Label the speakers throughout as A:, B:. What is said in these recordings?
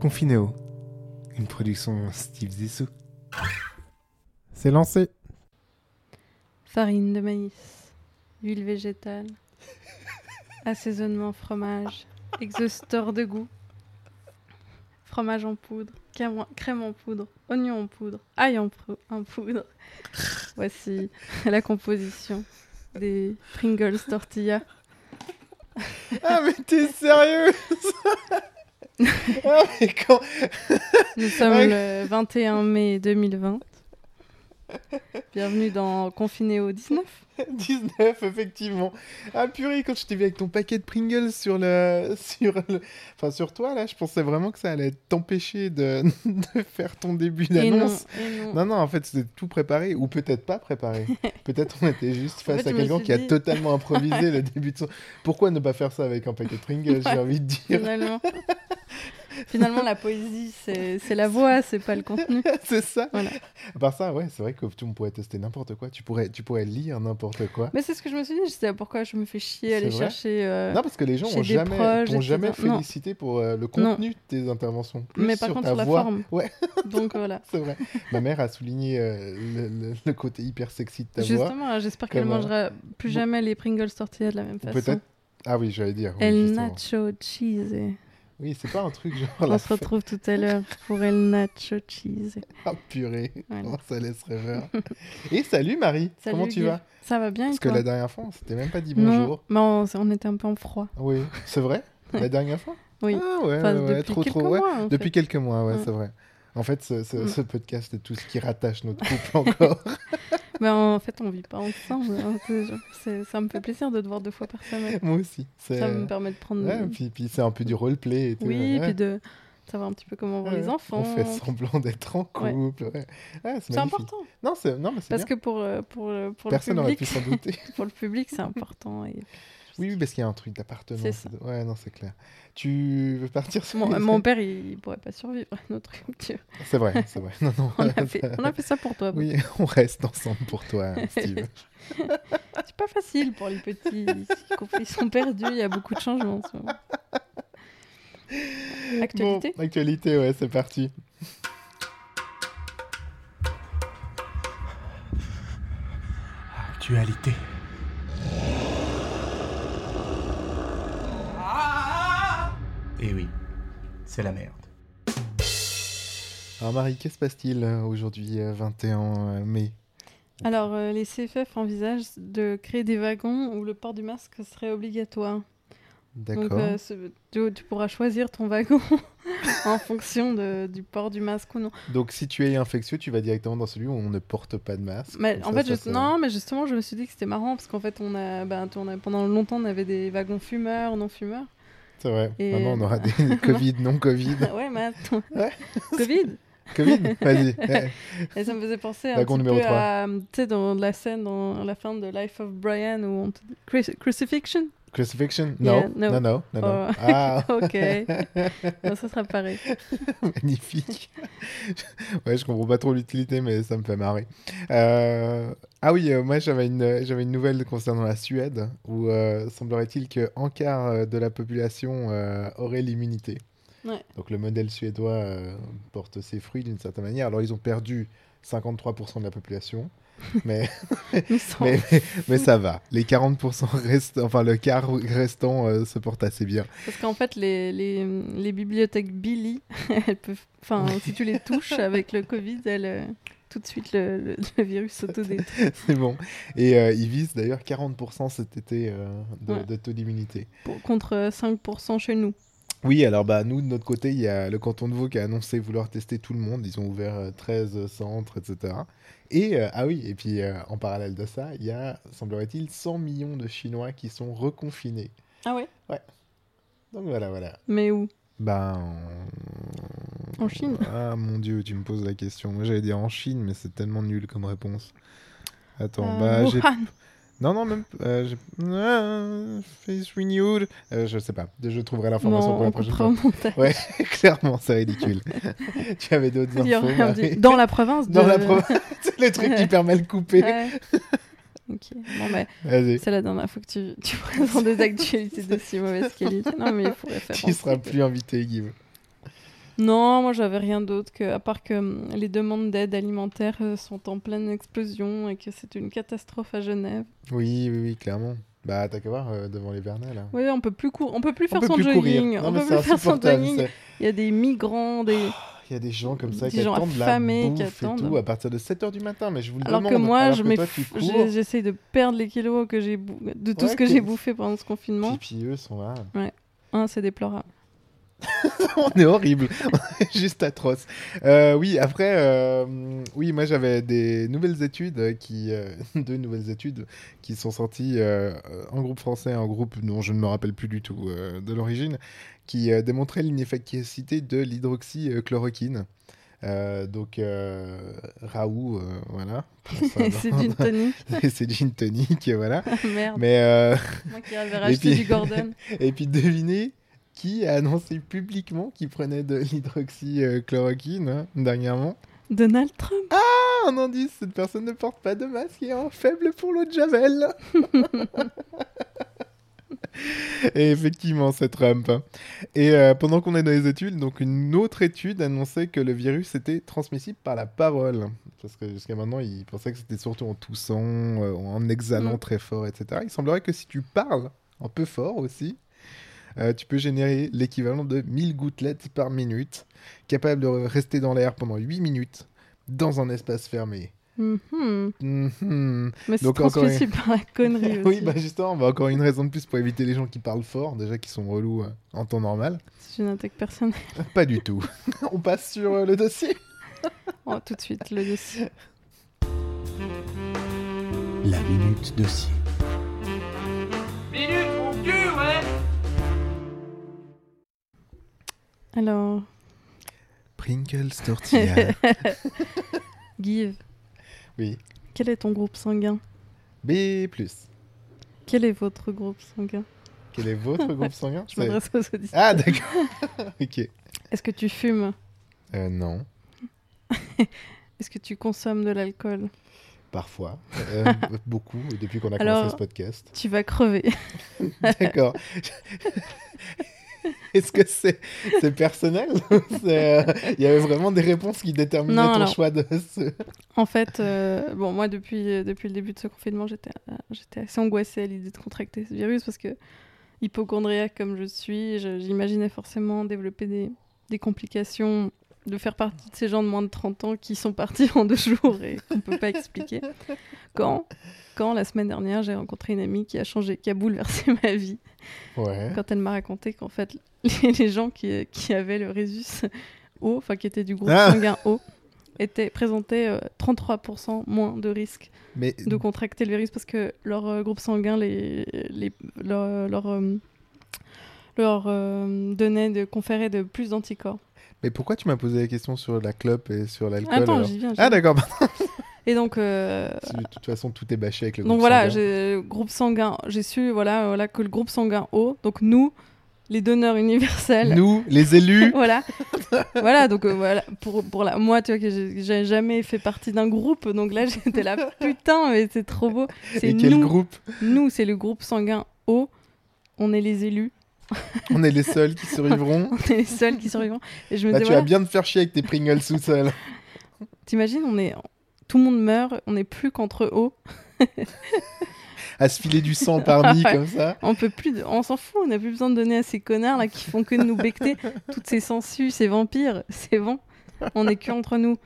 A: Confinéo, une production Steve Zissou. C'est lancé.
B: Farine de maïs, huile végétale, assaisonnement fromage, exhausteur de goût, fromage en poudre, crème, crème en poudre, oignon en poudre, ail en, pou- en poudre. Voici la composition des Pringles tortilla.
A: Ah mais t'es sérieux Ah mais quand
B: Nous sommes
A: Ouais.
B: le 21 mai 2020. Bienvenue dans Confiné au 19.
A: 19 effectivement. Ah purée quand je t'ai vu avec ton paquet de Pringles sur le sur le- enfin sur toi là, je pensais vraiment que ça allait t'empêcher de... de faire ton début
B: Et non,
A: d'annonce.
B: et non.
A: Non non, en fait, c'était tout préparé ou peut-être pas préparé. peut-être on était juste face à
B: fait, je me
A: quelqu'un
B: suis
A: qui a
B: dit-
A: totalement improvisé le début de son Pourquoi ne pas faire ça avec un paquet de Pringles, j'ai envie de dire.
B: Finalement. Finalement, la poésie, c'est c'est la voix, c'est pas le contenu.
A: c'est ça.
B: Voilà.
A: À part ça, ouais, c'est vrai que tu on pourrait tester n'importe quoi. Tu pourrais, tu pourrais lire n'importe quoi.
B: Mais c'est ce que je me suis dit, je sais pas pourquoi je me fais chier à
A: C'est
B: aller
A: vrai
B: chercher. euh,
A: Non, parce que les gens
B: chez
A: n'ont
B: des
A: jamais,
B: proches,
A: t'ont jamais
B: etc. Non.
A: félicité pour euh, le
B: Non.
A: contenu de tes interventions. Plus
B: mais par
A: sur
B: contre,
A: ta
B: sur la
A: voix.
B: forme.
A: Ouais.
B: Donc voilà.
A: C'est vrai. Ma mère a souligné euh, le, le- le côté hyper sexy de ta voix.
B: Justement, hein, j'espère qu'elle
A: Comme, euh,
B: mangera plus
A: bon.
B: jamais les Pringles tortilla de la même
A: Ou
B: façon.
A: peut-être. Ah oui, j'allais dire. oui,
B: El
A: justement.
B: Nacho Cheese.
A: Oui, c'est pas un truc genre.
B: On
A: la
B: se retrouve tout à l'heure pour El Nacho Cheese.
A: Ah, purée.
B: Voilà.
A: Oh, ça laisse rêveur. Et salut Marie.
B: Salut,
A: Comment tu
B: Guy.
A: vas
B: Ça va bien et
A: Parce que
B: toi
A: la dernière fois, on s'était même pas dit
B: Non,
A: bonjour.
B: mais on, on était un peu en froid.
A: Oui, c'est vrai. La dernière fois
B: Oui.
A: Ah ouais,
B: Enfin,
A: ouais, ouais,
B: depuis
A: trop
B: quelques
A: trop. ouais.
B: mois. en
A: Depuis
B: fait.
A: quelques mois, ouais,
B: Ouais.
A: c'est vrai. En fait, ce, ce-
B: Mm.
A: ce podcast est tout ce qui rattache notre couple encore.
B: Ben, en fait, on vit pas ensemble. hein, c'est- c'est- ça me fait plaisir de te voir deux fois par semaine.
A: Moi aussi. C'est...
B: Ça me permet de prendre.
A: Ouais, puis, puis c'est un peu du roleplay. Et tout,
B: oui,
A: ouais.
B: et puis de savoir un petit peu comment vont
A: Ouais,
B: les
A: ouais.
B: enfants.
A: On fait semblant d'être en
B: Ouais.
A: couple. ouais. Ouais, c'est
B: C'est
A: magnifique.
B: important.
A: Non, c'est... non, mais c'est
B: Parce
A: bien.
B: que pour, euh, pour, le- pour, le
A: Personne n'aurait pu
B: public,
A: s'en douter.
B: pour le public, c'est important. Et...
A: oui, oui, parce qu'il y a un truc d'appartement.
B: C'est ça.
A: Ouais, non, c'est clair. Tu veux partir sur
B: Mon,
A: les-
B: mon père, il, il pourrait pas survivre à notre rupture.
A: C'est vrai, c'est vrai. Non, non.
B: On a, fait, on a fait ça pour toi.
A: Oui, on reste ensemble pour toi, hein, Steve.
B: C'est pas facile pour les petits. Ils sont- Ils sont perdus. Il y a beaucoup de changements. en ce moment. Actualité
A: Bon, actualité, ouais, c'est parti.
C: Actualité. Eh oui, c'est la merde.
A: Alors Marie, que se passe-t-il euh, aujourd'hui, euh, 21 mai
B: Alors, euh, les CFF envisagent de créer des wagons où le port du masque serait obligatoire. Donc,
A: D'accord.
B: euh, ce- tu, tu pourras choisir ton wagon en fonction de- du port du masque ou non.
A: Donc si tu es infectieux, tu vas directement dans celui où on ne porte pas de masque.
B: Mais
A: Comme
B: en
A: ça,
B: fait,
A: ça,
B: je-
A: ça-
B: non, mais justement, je me suis dit que c'était marrant parce qu'en fait, on a, ben, on a- pendant longtemps, on avait des wagons fumeurs, non fumeurs.
A: C'est vrai.
B: Et- euh,
A: Maintenant, on aura des des Covid, non Covid.
B: ouais, mais attends.
A: Ouais.
B: Covid.
A: Covid, vas-y. Eh, Ouais.
B: Et ça me faisait penser un
A: Wagon
B: petit
A: numéro
B: peu
A: trois.
B: à, euh, tu sais, dans la scène, dans la fin de Life of Brian où on te dit Cruci- crucifixion.
A: Crucifixion
B: Yeah,
A: Non,
B: no.
A: non, non, non, non.
B: Oh.
A: Ah,
B: Ok. Non, ça sera pareil.
A: magnifique. ouais, je comprends pas trop l'utilité, mais ça me fait marrer. Euh, Ah oui, euh, moi j'avais une, j'avais une nouvelle concernant la Suède, où euh, semblerait-il que un quart euh, de la population euh, aurait l'immunité.
B: Ouais.
A: Donc le modèle suédois euh, porte ses fruits d'une certaine manière. Alors ils ont perdu 53% de la population, mais,
B: Nous sommes-
A: mais, mais, mais ça va. Les 40% restent, enfin le quart restant euh, se porte assez bien.
B: Parce qu'en fait, les, les, les bibliothèques Billy, elles peuvent. Enfin, si tu les touches avec le Covid, elles, euh, tout de suite, le, le, le virus s'autodétruit.
A: C'est bon. Et euh, ils visent d'ailleurs 40% cet été euh, de,
B: Ouais.
A: de taux d'immunité.
B: pour- Contre 5% chez nous.
A: Oui, alors bah, nous, de notre côté, il y a le canton de Vaud qui a annoncé vouloir tester tout le monde. Ils ont ouvert euh, 13 centres, etc. Et, euh, ah oui, et puis euh, en parallèle de ça, il y a, semblerait-il, 100 millions de Chinois qui sont reconfinés.
B: Ah ouais
A: Donc voilà, voilà.
B: Mais où
A: Ben.
B: En Chine
A: Ah mon dieu, tu me poses la question. Moi j'allais dire en Chine, mais c'est tellement nul comme réponse. Attends,
B: Euh,
A: bah j'ai
B: Wuhan.
A: Non, non, même. Euh, j'ai- Ah, face renewed. Euh, je sais pas. Je trouverai l'information
B: Bon,
A: pour la
B: on
A: prochaine
B: coupera
A: fois.
B: au montage.
A: Ouais, clairement, c'est ridicule. tu avais d'autres
B: Il y
A: infos.
B: aurait un
A: Marie
B: dit- Dans la province de...
A: bah, Dans la province. c'est le truc
B: Ouais.
A: hyper mal coupé.
B: Ouais. Ok, bon bah,
A: Vas-y.
B: c'est la dernière fois que tu, tu présentes des actualités de si mauvaise qualité. Non mais il faudrait faire...
A: Tu
B: un
A: seras
B: truc.
A: plus invité, Guillaume.
B: Non, moi j'avais rien d'autre que, à part que hum, les demandes d'aide alimentaire euh, sont en pleine explosion et que c'est une catastrophe à Genève.
A: Oui, oui, oui, clairement. Bah, t'as qu'à voir euh, devant les Vernets, là.
B: Oui, on peut plus cou- on peut plus
A: On
B: faire
A: peut
B: son
A: plus courir.
B: jogging,
A: Non,
B: on
A: mais
B: peut
A: c'est
B: plus faire son
A: insupportable,
B: jogging.
A: c'est-
B: Il y a des migrants, des
A: Il y a des gens comme ça
B: Des
A: qui
B: gens
A: attendent la
B: affamés qui
A: bouffe et
B: attendent.
A: tout à partir de 7h du matin, mais je vous Ah, le
B: alors
A: demande.
B: que moi je
A: que
B: mets
A: toi, tu
B: f-
A: cours,
B: j'ai- j'essaye de perdre les kilos que j'ai bou- de tout
A: Ouais,
B: ce que
A: que-
B: j'ai bouffé pendant ce confinement.
A: puis- puis eux sont là.
B: Hein, c'est déplorable.
A: on est horrible, on est juste atroce. Euh, oui, après, euh, oui, moi j'avais des nouvelles études qui, euh, deux nouvelles études qui sont sorties euh, en groupe français, en groupe dont je ne me rappelle plus du tout euh, de l'origine, qui euh, démontraient l'inefficacité de l'hydroxychloroquine. Euh, donc euh, Raoult, euh, voilà.
B: c'est d'une tonique.
A: C'est gin tonic, voilà.
B: Ah, Merde,
A: Mais euh,
B: moi qui avais racheté
A: puis-
B: du Gordon.
A: et puis devinez qui a annoncé publiquement qu'il prenait de l'hydroxychloroquine hein, dernièrement.
B: Donald Trump.
A: Ah, un indice, cette personne ne porte pas de masque et est un faible pour l'eau de Javel. et effectivement, c'est Trump. Et euh, pendant qu'on est dans les études, donc une autre étude annonçait que le virus était transmissible par la parole. Parce que jusqu'à maintenant, ils pensaient que c'était surtout en toussant, euh, en exhalant
B: Mm.
A: très fort, etc. Il semblerait que si tu parles un peu fort aussi, euh, tu peux générer l'équivalent de 1000 gouttelettes par minute, capable de rester dans l'air pendant 8 minutes, dans un espace fermé.
B: Mhm.
A: Mhm.
B: Mais c'est
A: Donc, encore une-
B: transmissible par la connerie aussi.
A: Oui, bah justement, bah encore une raison de plus pour éviter les gens qui parlent fort, déjà qui sont relous euh, en temps normal.
B: C'est une attaque personnelle.
A: Pas du tout. On passe sur euh, le dossier.
B: Oh, tout de suite, le dossier.
C: La minute dossier.
D: Minute, mon cul, ouais
B: Alors,
A: Pringles tortilla.
B: Give,
A: oui.
B: quel est ton groupe sanguin
A: B+.
B: Quel est votre groupe sanguin
A: Quel est votre groupe sanguin
B: Je
A: C'est-
B: m'adresse aux auditeurs.
A: Ah d'accord. ok.
B: Est-ce que tu fumes
A: Euh, non.
B: Est-ce que tu consommes de l'alcool
A: Parfois. Euh, beaucoup depuis qu'on a
B: Alors-
A: commencé ce podcast.
B: Tu vas crever.
A: D'accord. Est-ce que c'est c'est personnel C'est, euh, Il y avait vraiment des réponses qui déterminaient
B: Non,
A: ton
B: alors-
A: choix de ce...
B: En fait, euh, bon, moi, depuis, euh, depuis le début de ce confinement, j'étais euh, j'étais assez angoissée à l'idée de contracter ce virus parce que, hypochondriaque comme je suis, je- j'imaginais forcément développer des, des complications, de faire partie de ces gens de moins de 30 ans qui sont partis en deux jours et qu'on ne peut pas expliquer. Quand, quand, la semaine dernière, j'ai rencontré une amie qui a changé, qui a bouleversé ma vie
A: Ouais.
B: quand elle m'a raconté qu'en fait, les, les gens qui, qui avaient le résus O, enfin qui étaient du groupe
A: Ah.
B: sanguin O, étaient, présentaient euh, 33% moins de risque
A: Mais
B: de contracter le virus parce que leur euh, groupe sanguin les, les, leur, leur, euh, leur, euh, donnait, de, conférait de plus d'anticorps.
A: Mais pourquoi tu m'as posé la question sur la clope et sur l'alcool
B: Attends,
A: alors
B: j'y viens. j'y
A: Ah
B: viens.
A: d'accord, pardon.
B: Et donc, euh,
A: de toute façon tout est bâché avec le
B: Donc
A: groupe
B: voilà,
A: sanguin.
B: j'ai- groupe sanguin, j'ai su voilà, voilà, que le groupe sanguin O, donc nous, les donneurs universels,
A: Nous, les élus,
B: voilà. voilà, donc euh, voilà, pour, pour la... moi, tu vois, que j'ai j'ai jamais fait partie d'un groupe, donc là, j'étais là, putain, mais c'est trop beau. C'est
A: et quel
B: nous,
A: groupe
B: nous, c'est le groupe sanguin O, on est les élus,
A: On est les seuls qui survivront.
B: on est les seuls qui survivent. Et je me
A: Bah,
B: dis,
A: tu
B: voilà,
A: vas bien te faire chier avec tes Pringles tout seul.
B: t'imagines, on est... tout le monde meurt, on n'est plus qu'entre O,
A: À se filer du sang par mille
B: Ouais.
A: comme ça.
B: on peut plus, de- on s'en fout, on n'a plus besoin de donner à ces connards là qui font que de nous becter, toutes ces sangsues, ces vampires, c'est bon, on est qu'entre nous.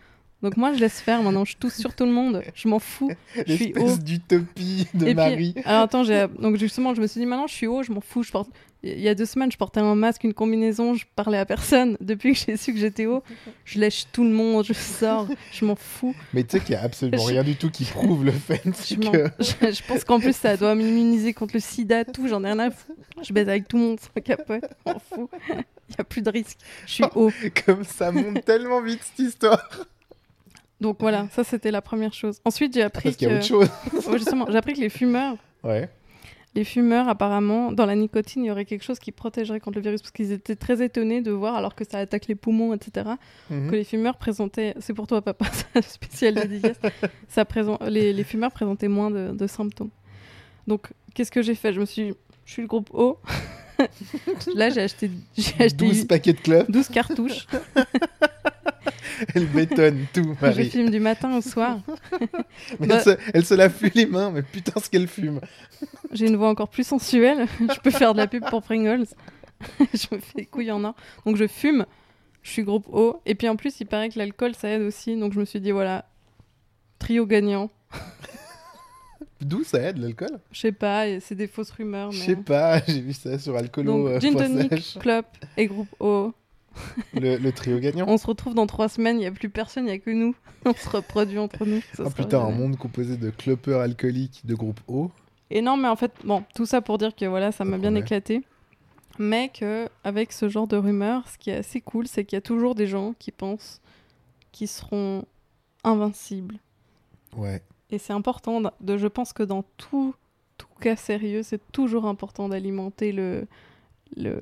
B: Donc moi, je laisse faire, maintenant, je tousse sur tout le monde, je m'en fous, je suis O.
A: L'espèce d'utopie de
B: Et puis-
A: Marie.
B: Alors attends, j'ai- donc justement, je me suis dit maintenant je suis haut, je m'en fous, je porte. Il y a deux semaines, je portais un masque, une combinaison, je parlais à personne. Depuis que j'ai su que j'étais haut, je lèche tout le monde, je sors, je m'en fous.
A: Mais tu sais qu'il n'y a absolument
B: Je-
A: rien du tout qui prouve le fait
B: Je, m'en-
A: que...
B: je- je pense qu'en plus ça doit m'immuniser contre le sida, tout, j'en ai rien à foutre. Je baise avec tout le monde sans capote, je m'en fous. Il n'y a plus de risque, je suis haut.
A: Comme ça monte tellement vite cette histoire.
B: Donc voilà, ça c'était la première chose. Ensuite, j'ai appris
A: Parce
B: que
A: qu'il y a autre chose.
B: Ouais, justement, j'ai appris que les fumeurs
A: Ouais.
B: Les fumeurs, apparemment, dans la nicotine, il y aurait quelque chose qui protégerait contre le virus, parce qu'ils étaient très étonnés de voir, alors que ça attaque les poumons, etc.,
A: Mhm.
B: que les fumeurs présentaient, c'est pour toi papa, c'est un spécial dédicace, ça présent... les, les fumeurs présentaient moins de, de symptômes. Donc, qu'est-ce que j'ai fait Je me suis dit, je suis le groupe O, Là, j'ai acheté, j'ai acheté
A: 12 paquets de clubs,
B: 12 cartouches.
A: elle bétonne tout,
B: Je
A: Marie.
B: filme du matin au soir.
A: Mais
B: Bah-
A: elle, se, elle se lave plus les mains, mais putain, ce qu'elle fume.
B: J'ai une voix encore plus sensuelle. je peux faire de la pub pour Pringles. je me fais des couilles en or. Donc je fume. Je suis groupe O. Et puis en plus, il paraît que l'alcool, ça aide aussi. Donc je me suis dit, voilà, trio gagnant.
A: D'où ça aide l'alcool
B: Je sais pas, et c'est des fausses rumeurs.
A: Je
B: Oh, Mais...
A: sais pas, j'ai vu ça sur Alcolo
B: Donc
A: euh,
B: gin
A: Point
B: tonic,
A: Sèche,
B: club et groupe O.
A: le, le trio gagnant.
B: On se retrouve dans trois semaines. Il n'y a plus personne, il n'y a que nous. On se reproduit entre nous.
A: Ah
B: ça sera
A: putain, un
B: génial.
A: monde composé de clopeurs alcooliques de groupe O.
B: Et non, mais en fait, bon, tout ça pour dire que voilà, ça m'a bien
A: promet.
B: éclaté. Mais que avec ce genre de rumeurs, ce qui est assez cool, c'est qu'il y a toujours des gens qui pensent qu'ils seront invincibles.
A: Ouais.
B: Et c'est important de, de- je pense que dans tout, tout cas sérieux, c'est toujours important d'alimenter le le-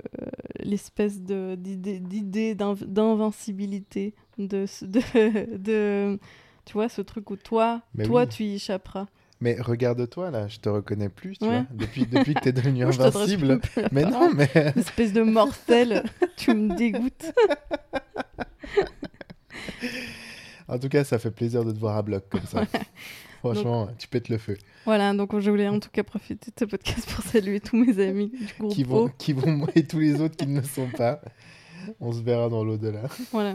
B: l'espèce de- d'idée- d'idée d'inv- d'invincibilité de, ce- de, de tu vois ce truc où toi
A: Mais
B: toi
A: oui.
B: tu y échapperas
A: Mais regarde-toi là, je te reconnais plus, tu
B: Ouais.
A: vois. Depuis, depuis que t'es devenu
B: Moi, je t'adresse
A: invincible.
B: plus la
A: Mais non, mais
B: Espèce de mortel, tu me dégoûtes.
A: en tout cas, ça fait plaisir de te voir à bloc comme ça. Franchement, tu pètes le feu.
B: Voilà, donc je voulais en tout cas profiter de ce podcast pour saluer tous mes amis du groupe.
A: Qui
B: O.
A: vont, qui vont et tous les autres qui ne le sont pas. On se verra dans l'au-delà.
B: Voilà.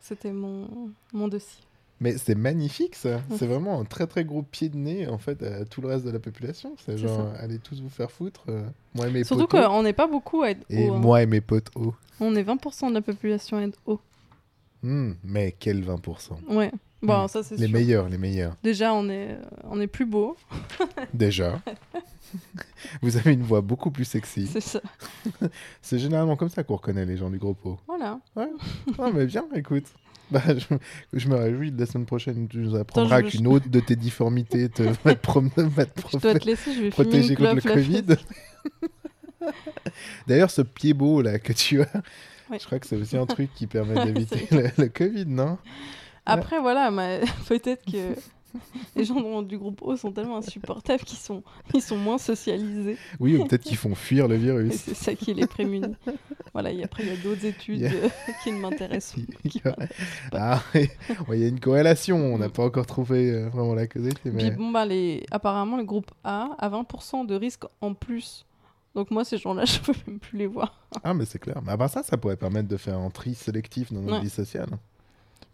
B: C'était mon, mon dossier.
A: Mais c'est magnifique ça.
B: Ouais.
A: C'est vraiment un très très gros pied de nez en fait à tout le reste de la population. C'est
B: C'est
A: genre allez tous vous faire foutre. euh, moi et mes
B: Surtout
A: potes.
B: qu'on n'est pas beaucoup à être
A: Et
B: haut. hein.
A: moi et mes potes oh. haut.
B: On est 20% de la population à être haut.
A: Hmm, mais quel 20%.
B: Ouais. Bon, ça c'est
A: Hmm. Les
B: sûr.
A: meilleurs, les meilleurs.
B: Déjà, on est, on est plus beau.
A: Déjà. vous avez une voix beaucoup plus sexy.
B: C'est ça.
A: C'est généralement comme ça qu'on reconnaît les gens du groupe haut.
B: Voilà.
A: Ah mais bien, écoute. Bah, je, je me réjouis de la semaine prochaine. Tu nous apprendras
B: je- je-
A: qu'une autre de tes difformités te va te prom- va te
B: Je dois te laisser, je vais
A: protégé
B: finir
A: contre
B: une
A: le
B: clope, là.
A: Covid. D'ailleurs, ce pied beau là que tu as,
B: Ouais.
A: je crois que c'est aussi un truc qui permet d'éviter le, le Covid, non
B: Après, voilà, ma- peut-être que les gens dans- du groupe O sont tellement insupportables qu'ils sont, ils sont moins socialisés.
A: Oui, ou peut-être qu'ils font fuir le
B: Et
A: virus.
B: C'est ça qui les prémunit. voilà, et après, il y a d'autres études
A: Yeah.
B: euh, qui ne m'intéressent qui Mm. m'intéressent pas.
A: Ah, ouais, il y a une corrélation, on n'a pas encore trouvé euh, vraiment la causalité.
B: Puis
A: Mais...
B: bon, bah, les... apparemment, le groupe A a 20% de risque en plus. Donc moi, ces gens-là, je peux même plus les voir.
A: Ah, mais c'est clair. Mais à part ça, ça pourrait permettre de faire un tri sélectif dans notre
B: Ouais.
A: vie sociale.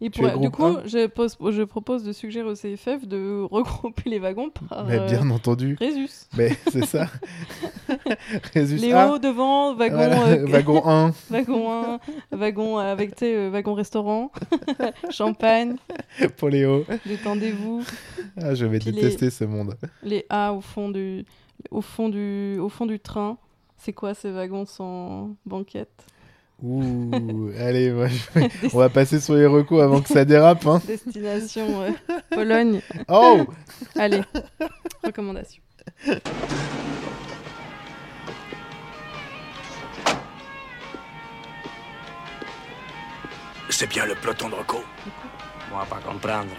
B: Et
A: Tu es
B: du
A: groupe
B: coup,
A: A
B: je, pose- je propose de suggérer au CFF de regrouper les wagons par
A: mais
B: euh,
A: bien entendu,
B: Résus.
A: mais c'est ça. Résus
B: Léo
A: A,
B: devant, wagon,
A: voilà,
B: euh,
A: wagon 1.
B: wagon 1, wagon avec, tu sais, euh, wagon restaurant, champagne,
A: pour Léo.
B: détendez-vous.
A: Ah, je vais
B: Puis les-
A: détester ce monde.
B: les A au fond du, au fond du, au fond du train. C'est quoi ces wagons sans banquette
A: Ouh, allez, moi, je vais- on va passer sur les recours avant que ça dérape. Hein.
B: Destination euh, Pologne.
A: Oh
B: Allez, recommandation.
D: C'est bien le peloton de recours. On va pas comprendre.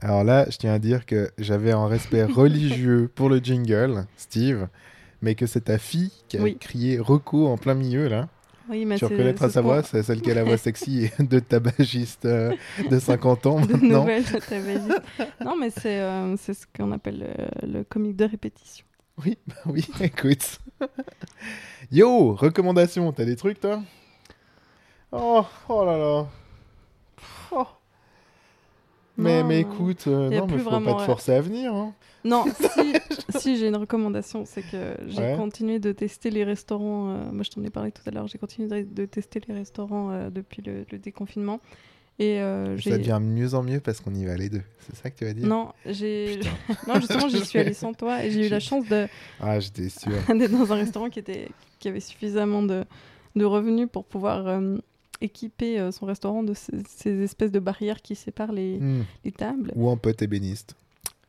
A: Alors là, je tiens à dire que j'avais un respect religieux pour le jingle, Steve, mais que c'est ta fille qui a
B: Oui.
A: crié recours en plein milieu là.
B: Oui, mais
A: tu
B: c'est-
A: reconnaîtras
B: ce
A: sa
B: sont
A: voix, c'est celle qui a la voix sexy et de tabagiste euh, de 50 ans
B: De
A: maintenant.
B: nouvelles de ta vie. Non, mais c'est euh, c'est ce qu'on appelle euh, le comique de répétition.
A: Oui, bah oui, écoute. Yo, recommandations, t'as des trucs toi Oh, oh là là. Oh. Mais,
B: Non,
A: mais
B: non.
A: écoute, euh,
B: Y a
A: non, mais
B: plus
A: faut
B: vraiment,
A: pas te
B: ouais.
A: forcer à venir. hein.
B: Non, si, si j'ai une recommandation, c'est que j'ai
A: Ouais.
B: continué de tester les restaurants. euh, moi, je t'en ai parlé tout à l'heure. J'ai continué de, de tester les restaurants euh, depuis le, le déconfinement. Et euh,
A: Ça
B: j'ai-
A: devient mieux en mieux parce qu'on y va les deux. C'est ça que tu vas dire
B: Non, j'ai. Non, justement, j'y suis allée sans toi et j'ai eu la chance de-
A: Ah, j'étais sûr.
B: d'être dans un restaurant qui, était... qui avait suffisamment de... de revenus pour pouvoir euh, équiper euh, son restaurant de ces... ces espèces de barrières qui séparent les,
A: Hmm.
B: les tables.
A: Ou un pote ébéniste.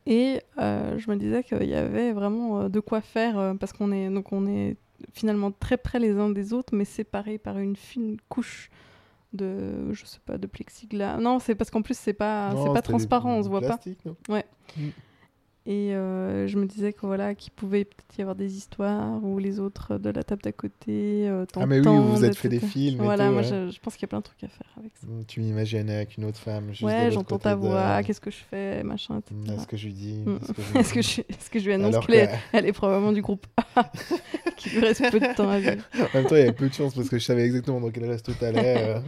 B: Et euh, je me disais qu'il y avait vraiment euh, de quoi faire euh, parce qu'on est... donc on est finalement très près les uns des autres, mais séparés par une fine couche de je sais pas de plexiglas non Ah, c'est parce qu'en plus c'est pas
A: Non,
B: c'est pas
A: c'était
B: transparent on se voit pas
A: plastique, non
B: Ouais. Et euh, je me disais que voilà, qu'il pouvait peut-être y avoir des histoires où les autres de la table d'à côté euh,
A: Ah, mais oui, vous vous
B: t'entendent,
A: êtes fait des
B: etc..
A: films et
B: Voilà,
A: tout,
B: moi
A: ouais.
B: je, je pense qu'il y a plein de trucs à faire avec ça.
A: Mm, Tu m'imagines avec une autre femme. Juste de
B: ouais,
A: l'autre
B: j'entends
A: côté
B: ta
A: de-
B: voix, qu'est-ce que je fais, machin, etc.
A: Mm, Est-ce que je lui dis
B: Mm.
A: Est-ce que je, lui
B: Est-ce que,
A: dis
B: je, est-ce que je lui annonce
A: Alors
B: qu'elle
A: que-
B: est, elle est probablement du groupe A, qu'il lui reste peu de temps à vivre
A: En même temps, il y avait peu de chance parce que je savais exactement dans quel reste tu allais. euh.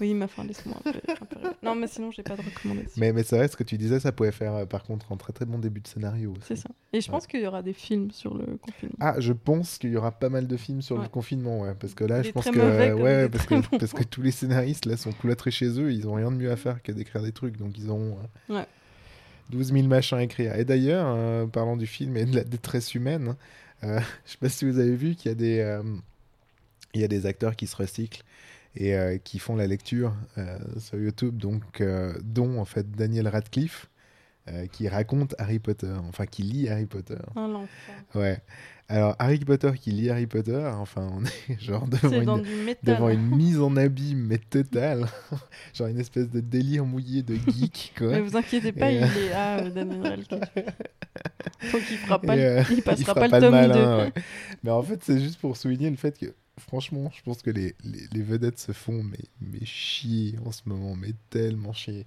B: Oui, mais enfin, laisse-moi un peu, un peu rêver. Non, mais sinon, j'ai pas de recommandation.
A: Mais, mais c'est vrai, ce que tu disais, ça pouvait faire euh, par contre un très très bon début de scénario. aussi.
B: C'est ça. Et je pense qu'il y aura des films sur le confinement.
A: Ah, je pense qu'il y aura pas mal de films sur le
B: Ouais.
A: confinement, ouais, parce que là,
B: Des
A: je pense
B: très
A: que
B: mauvais comme
A: ouais,
B: des
A: parce
B: très
A: que
B: bons.
A: parce que tous les scénaristes là sont cloîtrés chez eux, ils ont rien de mieux à faire que d'écrire des trucs, donc ils ont euh,
B: Ouais.
A: 12 000 machins à écrire. Et d'ailleurs, euh, parlant du film et de la détresse humaine, euh, je sais pas si vous avez vu qu'il y a des euh, il y a des acteurs qui se recyclent et euh, qui font la lecture euh, sur YouTube, donc euh, dont en fait Daniel Radcliffe euh, qui raconte Harry Potter, enfin qui lit Harry Potter.
B: Un l'enfer.
A: Ouais. Alors, Harry Potter qui lit Harry Potter, enfin, on est genre devant
B: C'est dans
A: une,
B: du métal. hein.
A: devant une mise en abîme, mais totale. genre une espèce de délire mouillé de geek, quoi.
B: Mais vous inquiétez pas,
A: Et,
B: il
A: euh,
B: est A, euh, Daniel Radcliffe. Donc il fera pas,
A: Et,
B: le-
A: euh,
B: il passera
A: il fera
B: pas le
A: pas de hein.
B: tome
A: malin,
B: 2.
A: ouais. Mais en fait, c'est juste pour souligner le fait que, franchement, je pense que les, les, les vedettes se font mais, mais chier en ce moment, mais tellement chier.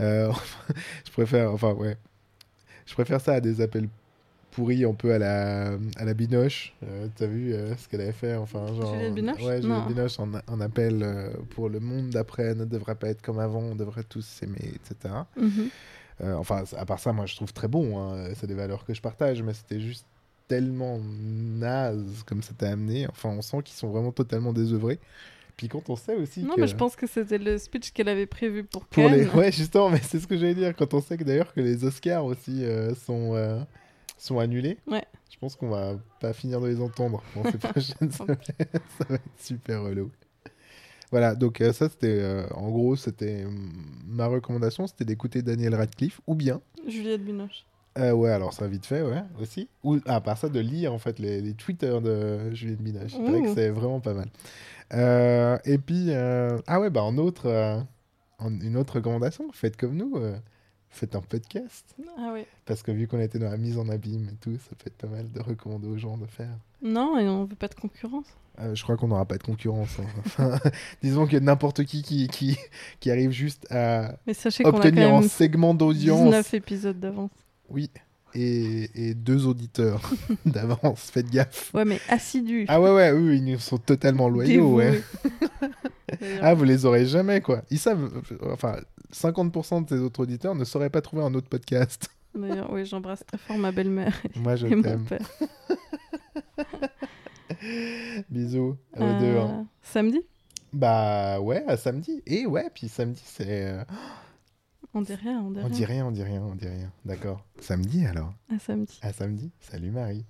A: Euh, je préfère, enfin, ouais. Je préfère ça à des appels pourris un peu à la, à la binoche. Euh, T'as vu euh, ce qu'elle avait fait enfin, genre,
B: Juliette Binoche
A: Ouais,
B: Non.
A: Juliette Binoche en, en appel euh, pour le monde d'après ne devrait pas être comme avant, on devrait tous s'aimer, etc.
B: Mhm.
A: Euh, enfin, à part ça, moi, je trouve très bon. hein. C'est des valeurs que je partage, mais c'était juste tellement naze comme c'était amené. Enfin, on sent qu'ils sont vraiment totalement désœuvrés. Puis quand on sait aussi
B: Non,
A: que...
B: mais je pense que c'était le speech qu'elle avait prévu pour,
A: Pour les...
B: Cannes.
A: Ouais, justement, mais c'est ce que j'allais dire. Quand on sait que d'ailleurs que les Oscars aussi euh, sont, euh, sont annulés,
B: Ouais.
A: je pense qu'on va pas finir de les entendre dans ces prochaines semaines. ça va être super relou. Voilà, donc euh, ça c'était euh, en gros, c'était hum, ma recommandation, c'était d'écouter Daniel Radcliffe ou bien
B: Juliette Binoche.
A: euh, ouais, alors ça vite fait, ouais, aussi. Ou ah, à part ça, de lire en fait les, les Twitter de Juliette Binoche. Il paraît que
B: Ouh.
A: c'est vraiment pas mal. Euh, et puis, euh, ah ouais, bah en autre, euh, en- une autre recommandation, faites comme nous, euh, faites un podcast.
B: Ah oui.
A: Parce que vu qu'on était dans la mise en abîme et tout, ça peut être pas mal de recommander aux gens de faire.
B: Non, et on veut pas de concurrence.
A: Euh, je crois qu'on n'aura pas de concurrence. hein. Enfin, disons que n'importe qui qui, qui qui arrive juste à
B: Mais sachez qu'on a quand
A: obtenir un
B: même
A: segment d'audience
B: 19 épisodes d'avance.
A: Oui, et, et deux auditeurs d'avance, faites gaffe.
B: Ouais, mais assidu.
A: Ah ouais, ouais, eux, ils nous sont totalement loyaux, ouais. Ah, vous les aurez jamais, quoi. Ils savent, enfin, 50% de ces autres auditeurs ne sauraient pas trouver un autre podcast.
B: D'ailleurs, oui, j'embrasse très fort ma belle-mère
A: Moi, je
B: et mon
A: t'aime.
B: père.
A: Bisous à vous
B: Euh,
A: deux. hein.
B: Samedi
A: Bah ouais, à samedi. Et ouais, puis samedi, c'est... euh,
B: On dit rien, on dit
A: On
B: rien.
A: dit rien, on dit rien, on dit rien. D'accord. Samedi, alors
B: À samedi.
A: À samedi. Salut, Marie.